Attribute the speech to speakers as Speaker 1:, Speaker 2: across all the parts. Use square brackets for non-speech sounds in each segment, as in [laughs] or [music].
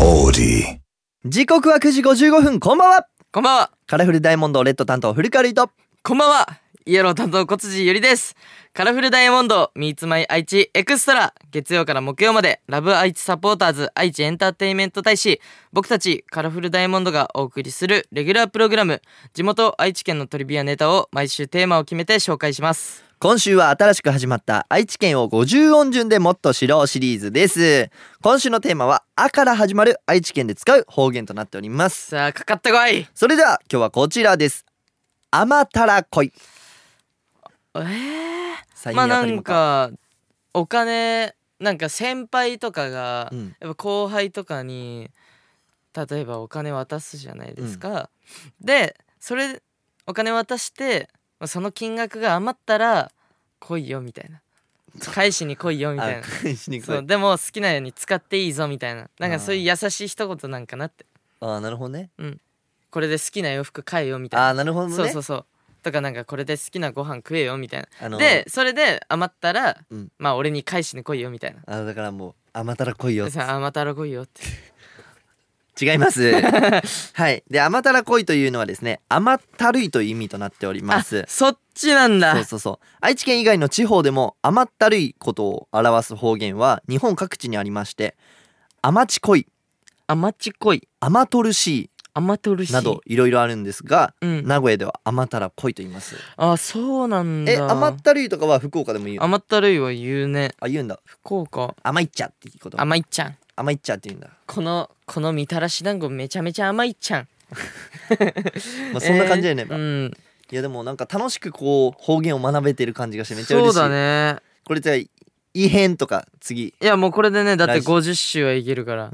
Speaker 1: オーデ
Speaker 2: 時刻は9時55分こんばんは
Speaker 3: こんばんは。
Speaker 2: カラフルダイヤモンドレッド担当古川瑠衣と
Speaker 3: こんばんは。イエロー担当小辻ゆりです。カラフルダイヤモンド、ミーツマイ愛知エクストラ。月曜から木曜まで、ラブ愛知サポーターズ愛知エンターテインメント大使、僕たちカラフルダイヤモンドがお送りするレギュラープログラム、地元愛知県のトリビアネタを毎週テーマを決めて紹介します。
Speaker 2: 今週は新しく始まった愛知県を50音順でもっと知ろうシリーズです今週のテーマはあから始まる愛知県で使う方言となっております
Speaker 3: さあ、かかってこい
Speaker 2: それでは今日はこちらですあまたらこい
Speaker 3: えー、
Speaker 2: 最
Speaker 3: まあ
Speaker 2: 近
Speaker 3: な
Speaker 2: あたり
Speaker 3: ん
Speaker 2: もか
Speaker 3: かお金なんか先輩とかが、
Speaker 2: うん
Speaker 3: やっぱ後輩とかに例えばお金渡すじゃないですか、でそれお金渡してまあその金額が余ったら来いよみたいな返しに来いよみたい
Speaker 2: あ [laughs]
Speaker 3: な
Speaker 2: 返しにくい
Speaker 3: そうでも好きなように使っていいぞみたいななん
Speaker 2: あー
Speaker 3: かそういう優しい一言なんかなって
Speaker 2: あーなるほどね
Speaker 3: これで好きな洋服買えよみたい
Speaker 2: あ
Speaker 3: な
Speaker 2: ーなるほどね
Speaker 3: そうそうそうとかなんかこれで好きなご飯食えよみたいな
Speaker 2: あの
Speaker 3: でそれで余ったら、
Speaker 2: うん
Speaker 3: まあ俺に返しに来いよみたいな
Speaker 2: あのだからもうあまたらこいよ
Speaker 3: でさあまたら来いよって
Speaker 2: 違い
Speaker 3: [laughs]
Speaker 2: ますはいであまたらこいというのはですね甘ったるいという意味となっておりま
Speaker 3: あ
Speaker 2: す
Speaker 3: そっちなんだ
Speaker 2: そうそうそう愛知県以外の地方でも甘ったるいことを表す方言は日本各地にありまして甘ちこい
Speaker 3: 甘っちこい
Speaker 2: 甘とるし
Speaker 3: 甘とる
Speaker 2: い
Speaker 3: し
Speaker 2: などいろいろあるんですが
Speaker 3: うん
Speaker 2: 名古屋では甘たらこいと言います
Speaker 3: あそうなんだ
Speaker 2: え甘ったるいとかは福岡でも言う
Speaker 3: 甘ったるいは言うね
Speaker 2: あ言うんだ
Speaker 3: 福岡
Speaker 2: 甘いっちゃっていうこと
Speaker 3: 甘いっちゃん
Speaker 2: 甘いっちゃって言うんだ
Speaker 3: このこのみたらし団子めちゃめちゃ甘いっちゃん
Speaker 2: まあそんな感じだよね、
Speaker 3: えーうん
Speaker 2: いやでもなんか楽しくこう方言を学べてる感じがしてめっちゃ嬉し
Speaker 3: そ
Speaker 2: いう
Speaker 3: だね
Speaker 2: これじゃあ異変とか次
Speaker 3: いやもうこれでねだって
Speaker 2: 来週
Speaker 3: 50週はいけ
Speaker 2: [laughs]
Speaker 3: るから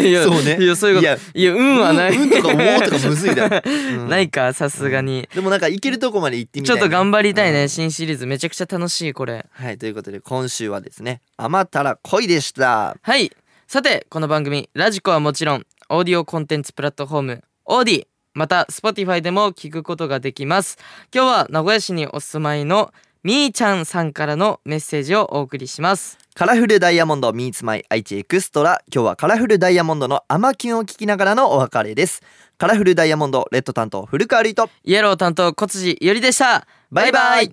Speaker 3: いや
Speaker 2: そうね
Speaker 3: いやそういうことい
Speaker 2: いや
Speaker 3: や運はない、
Speaker 2: うんうんとかおーとかむずいだ
Speaker 3: [laughs]
Speaker 2: ろ、うん
Speaker 3: ないかさすがに、
Speaker 2: でもなんかいけるとこまで行ってみ
Speaker 3: ち
Speaker 2: たい
Speaker 3: ょ
Speaker 2: ね
Speaker 3: っと頑張りたい
Speaker 2: う
Speaker 3: ね、
Speaker 2: ん
Speaker 3: 新シリーズめちゃくちゃ楽しいこれ
Speaker 2: はいということで今週はですね「あまたら恋」でした
Speaker 3: はいさてこの番組ラジコはもちろんオーディオコンテンツプラットフォームオーディまた Spotify でも聞くことができます今日は名古屋市にお住まいのみーちゃんさんからのメッセージをお送りします
Speaker 2: カラフルダイヤモンド Meets My 愛知エクストラ今日はカラフルダイヤモンドの「アマキュン」を聞きながらのお別れですカラフルダイヤモンドレッド担当古川瑠衣と
Speaker 3: イエロー担当小辻ゆりでした
Speaker 2: バイバイ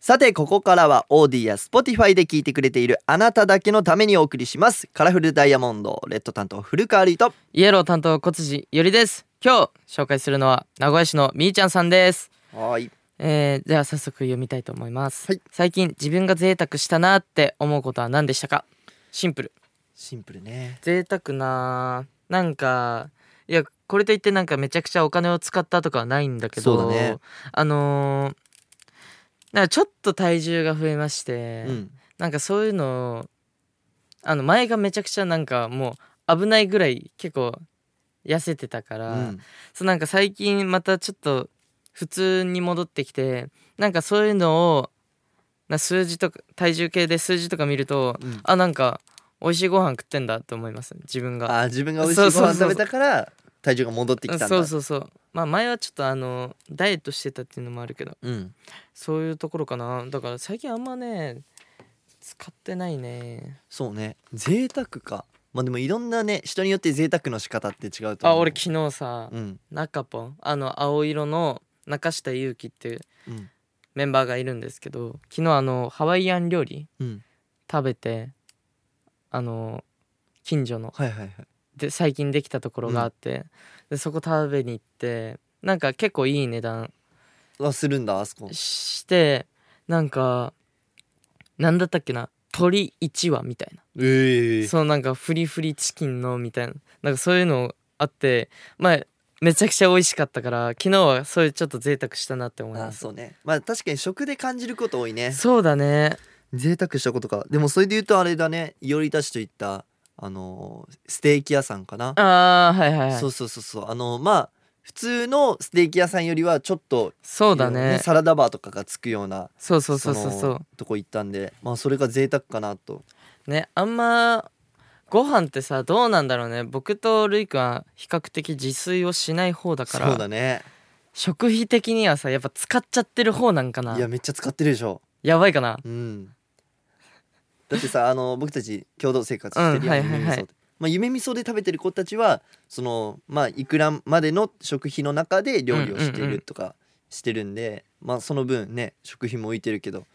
Speaker 2: さてここからはオーディや Spotify で聞いてくれているあなただけのためにお送りしますカラフルダイヤモンドレッド担当古川瑠衣と
Speaker 3: イエロー担当小辻ゆりです今日紹介するのは名古屋市のみーちゃんさんです
Speaker 2: はい
Speaker 3: えー、では早速読みたいと思います、
Speaker 2: はい
Speaker 3: 最近自分が贅沢したなって思うことは何でしたかシンプル
Speaker 2: シンプルね
Speaker 3: 贅沢ななんかいやこれといってなんかめちゃくちゃお金を使ったとかはないんだけど
Speaker 2: そうだね
Speaker 3: あのーなんかちょっと体重が増えまして、
Speaker 2: うん
Speaker 3: なんかそういうのあの前がめちゃくちゃなんかもう危ないぐらい結構痩せてたか
Speaker 2: う
Speaker 3: ら、
Speaker 2: ん
Speaker 3: そうなんか最近またちょっと普通に戻ってきてなんかそういうのをな数字とか体重計で数字とか見ると
Speaker 2: うん
Speaker 3: あなんか美味しいご飯食ってんだって思います自分が
Speaker 2: あー自分が美味しいご飯食べたから体重が戻ってきたんだ
Speaker 3: そうそうそうまあ前はちょっとあのダイエットしてたっていうのもあるけど
Speaker 2: うん
Speaker 3: そういうところかなだから最近あんまね使ってないね
Speaker 2: そうね贅沢かまあでもいろんなね人によって贅沢の仕方って違うと思
Speaker 3: あ
Speaker 2: う
Speaker 3: 俺昨日さ
Speaker 2: うん
Speaker 3: 中ポンあの青色の中下ゆうきっていう
Speaker 2: うん
Speaker 3: メンバーがいるんですけど昨日あのハワイアン料理
Speaker 2: うん
Speaker 3: 食べてあの近所の
Speaker 2: はいはいはい
Speaker 3: で最近できたところがあって、でそこ食べに行ってなんか結構いい値段
Speaker 2: あするんだあそこ
Speaker 3: してなんかなんだったっけな鶏1羽みたいな、
Speaker 2: ええ
Speaker 3: そうなんかフリフリチキンのみたいななんかそういうのあってまあめちゃくちゃ美味しかったから昨日はそういうちょっと贅沢したなって思い
Speaker 2: あ
Speaker 3: ます
Speaker 2: そうねまあ確かに食で感じること多いね
Speaker 3: そうだね
Speaker 2: 贅沢したことかでもそれで言うとあれだねいおりたちといったあのーステーキ屋さんかな
Speaker 3: ああはいはいはい
Speaker 2: そ
Speaker 3: そう
Speaker 2: うそうそうそうあのーまあ普通のステーキ屋さんよりはちょっと
Speaker 3: だ
Speaker 2: いろいろ
Speaker 3: ね
Speaker 2: サラダバーとかがつくような
Speaker 3: そうそうそうそう
Speaker 2: の
Speaker 3: そう
Speaker 2: とこ行ったんでまあそれが贅沢かなと
Speaker 3: ねあんまご飯ってさどうなんだろうね僕とるいくんは比較的自炊をしない方だか
Speaker 2: そう
Speaker 3: ら
Speaker 2: だね
Speaker 3: 食費的にはさやっぱ使っちゃってる方なんかない
Speaker 2: や
Speaker 3: や
Speaker 2: めっちゃ使ってるでしょ
Speaker 3: ばいかな
Speaker 2: うんだってさあの僕たち共同生活してるやん、
Speaker 3: うんはいは
Speaker 2: 耳
Speaker 3: いはい
Speaker 2: そうまあ、夢味噌で食べてる子たちはそのまあいくらまでの食費の中で料理をして
Speaker 3: うんうんうん
Speaker 2: るとかしてるんで、まあその分ね食費も浮いてるけど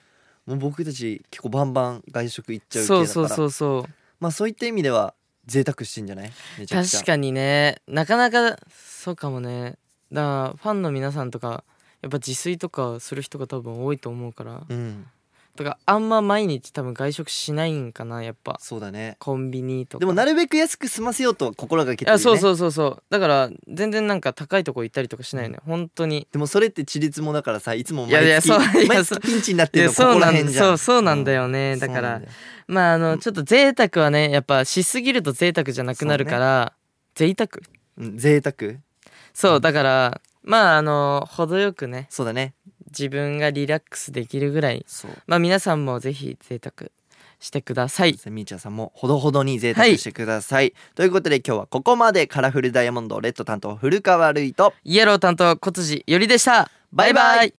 Speaker 2: もう僕たち結構バンバン外食行っちゃう系だ
Speaker 3: そ
Speaker 2: か
Speaker 3: う
Speaker 2: ら
Speaker 3: そうそうそう
Speaker 2: まあそういった意味では贅沢してんじゃないめちゃくちゃ
Speaker 3: 確かにねなかなかそうかもねだからファンの皆さんとかやっぱ自炊とかする人が多分多いと思うから
Speaker 2: うん
Speaker 3: だからあんま毎日多分外食しないんかなやっぱ
Speaker 2: そうだね
Speaker 3: コンビニとか
Speaker 2: でもなるべく安く済ませようとは心がけて
Speaker 3: い
Speaker 2: るよ
Speaker 3: や
Speaker 2: ね
Speaker 3: そうそうそうそうだから全然なんか高いとこ行ったりとかしないのよ本当に
Speaker 2: でもそれって地立もだからさいつも
Speaker 3: いやい
Speaker 2: 毎
Speaker 3: や
Speaker 2: 月
Speaker 3: そういや
Speaker 2: 毎
Speaker 3: そう
Speaker 2: 月ピンチになっ
Speaker 3: い
Speaker 2: てる
Speaker 3: や
Speaker 2: のここ
Speaker 3: そうな
Speaker 2: ら
Speaker 3: ん
Speaker 2: 辺
Speaker 3: だ
Speaker 2: じゃん
Speaker 3: そうそうなんだよね、
Speaker 2: うん
Speaker 3: だか
Speaker 2: そうな
Speaker 3: ら
Speaker 2: んだよ
Speaker 3: まああのちょっと贅沢はねやっぱしすぎると贅沢じゃなくなるから、贅沢
Speaker 2: うん贅沢
Speaker 3: そううんだからまああの程よくね
Speaker 2: そうだね
Speaker 3: 自分がリラックスできるぐらい
Speaker 2: そう
Speaker 3: まあ皆さんもぜひ贅沢してください
Speaker 2: みーちゃんさんもほどほどに贅沢してください、ということで今日はここまでカラフルダイヤモンドレッド担当古川瑠衣と
Speaker 3: イエロー担当小辻よりでしたバイバイ